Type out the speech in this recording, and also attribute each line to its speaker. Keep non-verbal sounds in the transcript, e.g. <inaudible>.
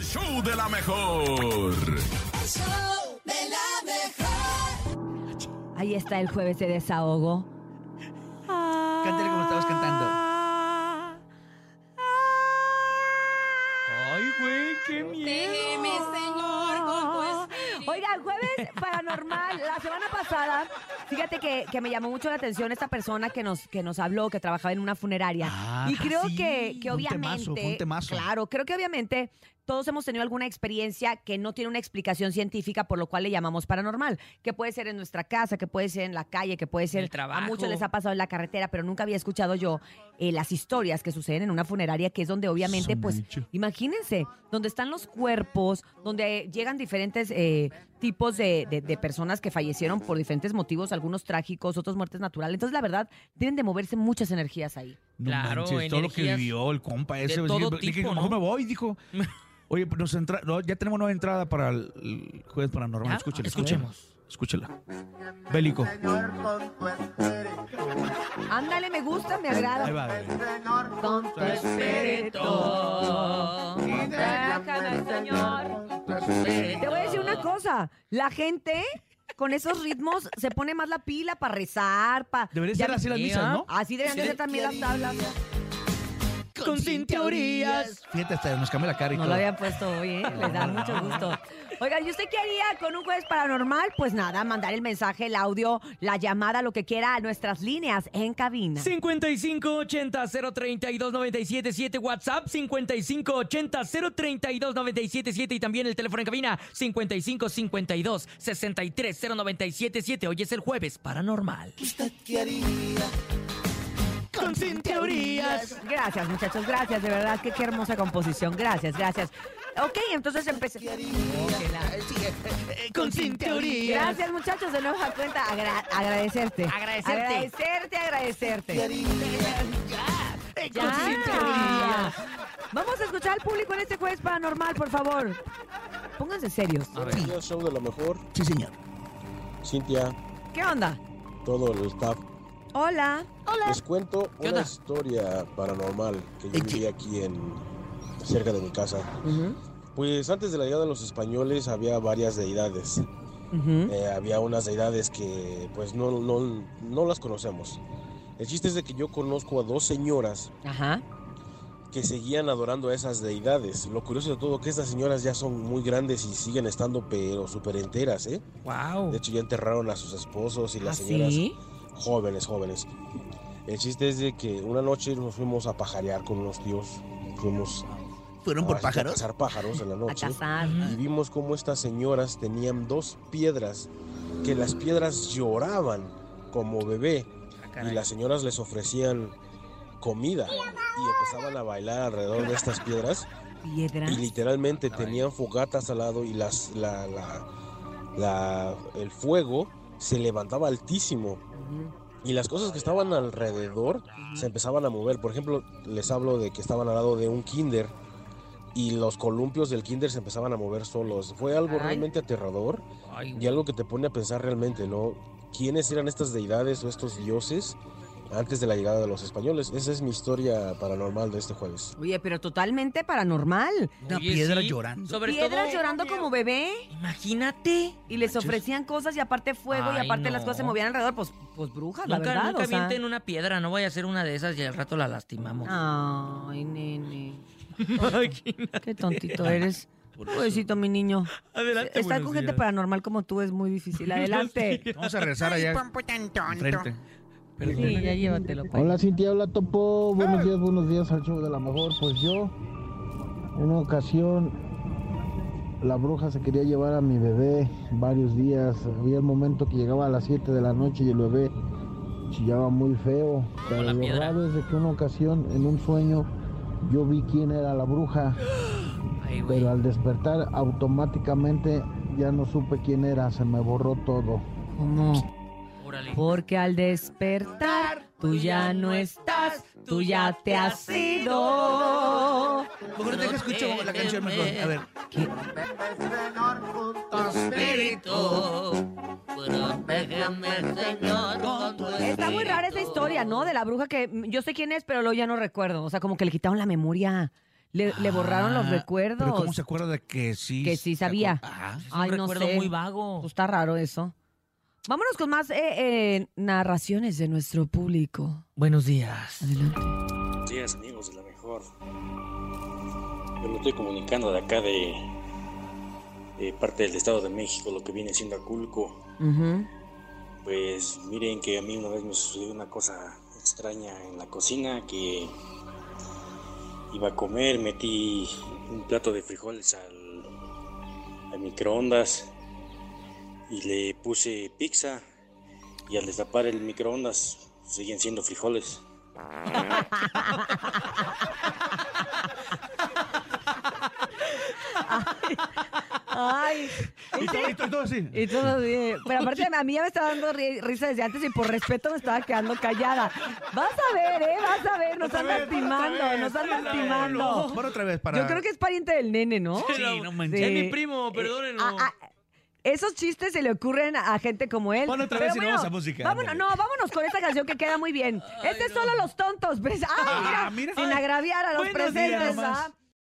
Speaker 1: show de la mejor.
Speaker 2: show de la mejor.
Speaker 3: Ahí está el jueves de desahogo.
Speaker 4: Cántale como estabas cantando. Ay, güey, qué
Speaker 2: Déjeme, Señor, con tu espíritu.
Speaker 3: Oigan, jueves paranormal. La semana pasada, fíjate que, que me llamó mucho la atención esta persona que nos, que nos habló, que trabajaba en una funeraria.
Speaker 4: Ah,
Speaker 3: y creo
Speaker 4: sí,
Speaker 3: que, que
Speaker 4: fue un
Speaker 3: obviamente.
Speaker 4: temazo, fue un temazo.
Speaker 3: Claro, creo que obviamente todos hemos tenido alguna experiencia que no tiene una explicación científica, por lo cual le llamamos paranormal. Que puede ser en nuestra casa, que puede ser en la calle, que puede ser.
Speaker 4: El trabajo.
Speaker 3: A muchos les ha pasado en la carretera, pero nunca había escuchado yo eh, las historias que suceden en una funeraria, que es donde obviamente, pues, Imagínense, donde están los cuerpos, donde llegan diferentes eh, tipos de, de- de personas que fallecieron por diferentes motivos, algunos trágicos, otros muertes naturales. Entonces, la verdad, deben de moverse muchas energías ahí.
Speaker 5: No
Speaker 4: Claro,
Speaker 5: manches, todo lo que
Speaker 4: energías
Speaker 5: vivió el compa ese.
Speaker 4: de
Speaker 5: pues,
Speaker 4: todo
Speaker 5: dije, dije,
Speaker 4: tipo,
Speaker 5: "A lo
Speaker 4: ¿no?
Speaker 5: mejor me voy,
Speaker 3: <laughs>
Speaker 5: dijo. Oye, pues, nos entra- no, ya tenemos nueva entrada para el- el jueves paranormal.
Speaker 4: Ah,
Speaker 5: Escúchela,
Speaker 4: escuchemos.
Speaker 5: Escúchela. escúchela. Bélico.
Speaker 3: Ándale, me gusta, me
Speaker 5: Ahí
Speaker 3: agrada.
Speaker 5: va. Bélico.
Speaker 3: Con tu espíritu, déjanos, Señor. Te voy a decir una cosa, la gente con esos ritmos se pone más la pila para rezar, para...
Speaker 5: Debería ser así las
Speaker 4: vi,
Speaker 5: misas,
Speaker 4: ¿ah?
Speaker 5: ¿no?
Speaker 3: Así deberían de ser también las tablas.
Speaker 4: Con Cintia Urias.
Speaker 5: Fíjate, hasta nos cambió la cara y
Speaker 3: No
Speaker 5: todo.
Speaker 3: lo habían puesto hoy, ¿eh? Les da
Speaker 5: <laughs>
Speaker 3: mucho gusto. Oigan, ¿y usted qué haría con un jueves paranormal? Pues nada, mandar el mensaje, el audio, la llamada, lo que quiera a nuestras líneas en cabina.
Speaker 4: 5580-032-977 WhatsApp 5580-032-977 y también el teléfono en cabina 5552-630977 Hoy es el jueves paranormal.
Speaker 2: ¿Usted qué haría?
Speaker 4: Con sin teorías.
Speaker 3: Gracias, muchachos, gracias, de verdad, que qué hermosa composición. Gracias, gracias. Ok, entonces empecé.
Speaker 4: eh, Con sin teorías.
Speaker 3: Gracias, muchachos, de nueva cuenta, agra- agradecerte.
Speaker 4: Agradecerte.
Speaker 3: Agradecerte, agradecerte. Ya.
Speaker 4: eh, Con sin teorías.
Speaker 3: Vamos a escuchar al público en este jueves paranormal, por favor. Pónganse serios.
Speaker 6: Buenos días, show de lo mejor.
Speaker 5: Sí, señor.
Speaker 6: Cintia,
Speaker 3: ¿Qué onda?
Speaker 6: todo el staff.
Speaker 3: Hola.
Speaker 6: Les cuento
Speaker 4: ¿Qué
Speaker 6: una
Speaker 4: onda?
Speaker 6: historia paranormal que
Speaker 5: ¿En
Speaker 6: yo
Speaker 5: qué?
Speaker 6: viví aquí en cerca de mi casa. Pues antes de la llegada de los españoles había varias deidades.
Speaker 3: Ujú.
Speaker 6: Eh, había unas deidades que pues no, no, no las conocemos. El chiste es de que yo conozco a dos señoras
Speaker 3: Ajá.
Speaker 6: que seguían adorando a esas deidades. Lo curioso de todo que estas señoras ya son muy grandes y siguen estando pero súper enteras, ¿eh? De
Speaker 4: Wow.
Speaker 6: hecho ya enterraron a sus esposos y las
Speaker 3: ¿Ah,
Speaker 6: señoras
Speaker 3: sí?
Speaker 6: jóvenes, jóvenes. El chiste es de que una noche nos fuimos a pajarear con unos tíos. Fuimos
Speaker 5: ¿Fueron
Speaker 6: a-
Speaker 5: por
Speaker 6: a
Speaker 5: pájaros?
Speaker 6: cazar pájaros en la
Speaker 3: A
Speaker 6: noche.
Speaker 3: cazar.
Speaker 4: Ujú.
Speaker 6: Y vimos cómo estas señoras tenían dos piedras, que las piedras lloraban como bebé.
Speaker 5: Ah,
Speaker 6: Y las señoras les ofrecían comida y empezaban a bailar alrededor de estas piedras.
Speaker 3: Piedra.
Speaker 6: Y literalmente tenían fogatas al lado y las, la- la- la- el fuego se levantaba altísimo
Speaker 3: Ujú.
Speaker 6: y las cosas que estaban alrededor se empezaban a mover. Por ejemplo, les hablo de que estaban al lado de un kinder y los columpios del kinder se empezaban a mover solos. Fue algo
Speaker 3: Ay.
Speaker 6: realmente aterrador
Speaker 4: Ay,
Speaker 6: y algo que te pone a pensar realmente, ¿no? ¿Quiénes eran estas deidades o estos dioses antes de la llegada de los españoles? Esa es mi historia paranormal de este jueves.
Speaker 3: Oye, pero totalmente paranormal.
Speaker 5: Una
Speaker 4: Oye,
Speaker 5: piedra
Speaker 4: sí.
Speaker 5: llorando.
Speaker 4: Sobre
Speaker 3: Piedras
Speaker 4: todo,
Speaker 3: llorando como bebé.
Speaker 4: imagínate.
Speaker 3: Y les ofrecían cosas y aparte fuego y
Speaker 4: Ay,
Speaker 3: aparte las
Speaker 4: no.
Speaker 3: cosas se movían alrededor. Pues, pues brujas,
Speaker 4: Nunca,
Speaker 3: la verdad.
Speaker 4: nunca
Speaker 3: o sea.
Speaker 4: avienten una piedra, no vaya a ser una de esas y al rato la lastimamos.
Speaker 3: Ay, nene. Qué
Speaker 4: <laughs>
Speaker 3: tontito eres. Pobrecito, mi niño.
Speaker 4: Adelante,
Speaker 3: Estar
Speaker 4: buenos
Speaker 3: con gente
Speaker 4: días.
Speaker 3: paranormal como tú es muy
Speaker 4: <laughs>
Speaker 3: difícil. Adelante.
Speaker 5: Vamos a rezar allá. enfrente.
Speaker 3: Sí, ya llévatelo. pa'
Speaker 7: Hola Cintia, hola Topo, buenos días, buenos días al show de la mejor. Pues yo, en una ocasión, la bruja se quería llevar a mi bebé varios días. Había el momento que llegaba a las 7 de la noche y el bebé chillaba muy feo. Pero
Speaker 4: la
Speaker 7: lo
Speaker 4: piedra.
Speaker 7: raro es de que una ocasión, en un sueño, yo vi quién era la bruja,
Speaker 4: Ay, güey.
Speaker 7: pero al despertar automáticamente ya no supe quién era, se me borró todo.
Speaker 3: ¿Cómo?
Speaker 4: Órale.
Speaker 3: Porque al despertar, tú ya no estás, tú ya te has ido.
Speaker 5: Mejor deja escucho
Speaker 3: Eh,
Speaker 5: la canción mejor. A ver.
Speaker 3: Está muy rara esa historia, ¿no? De la bruja que mm, yo sé quién es, pero luego ya no recuerdo. O sea, como que le quitaron la memoria. Le, le borraron los
Speaker 5: Ah,
Speaker 3: recuerdos.
Speaker 5: ¿Pero cómo se acuerda de que sí?
Speaker 3: Que sí sabía.
Speaker 5: Ah,
Speaker 4: Es un
Speaker 3: Ay, no
Speaker 4: recuerdo
Speaker 3: sé.
Speaker 4: muy vago.
Speaker 3: Pues está raro eso. Vámonos con más eh, eh, narraciones de nuestro público.
Speaker 4: Buenos días.
Speaker 3: Adelante.
Speaker 8: Buenos días amigos de la mejor. Yo me estoy comunicando de acá de, de parte del Estado de México, lo que viene siendo Aculco.
Speaker 3: Ujú.
Speaker 8: Pues miren que a mí una vez me sucedió una cosa extraña en la cocina que iba a comer, metí un plato de frijoles al, al microondas y le puse pizza y al destapar el microondas siguen siendo frijoles.
Speaker 3: Ay.
Speaker 5: Y todo, y todo, y todo así.
Speaker 3: Y todo así de- Pero aparte, a mí ya me estaba dando ri- risa desde antes y por respeto me estaba quedando callada. Vas a ver, ¿eh? Vas a ver, nos
Speaker 5: Otra
Speaker 3: están
Speaker 5: vez, otra
Speaker 3: lastimando,
Speaker 5: vez,
Speaker 3: nos están
Speaker 5: otra vez.
Speaker 3: lastimando.
Speaker 5: Por otra vez, para.
Speaker 3: Yo creo que es pariente del nene, ¿no?
Speaker 5: Sí, no manches.
Speaker 3: Sí.
Speaker 4: Es mi primo, perdónenlo.
Speaker 3: A- a- esos chistes se le ocurren a gente como él.
Speaker 5: Pon otra
Speaker 3: Pero
Speaker 5: vez y no
Speaker 3: bueno,
Speaker 5: vamos a música,
Speaker 3: Vámonos,
Speaker 5: ándale.
Speaker 3: no, vámonos con esta canción que queda muy bien. este es solo los tontos, ¿ves? ¡Ay, mira!
Speaker 5: Ah, mira.
Speaker 3: Sin agraviar a los
Speaker 5: Buenos días
Speaker 3: presentes,
Speaker 5: nomás.
Speaker 3: ¿ah?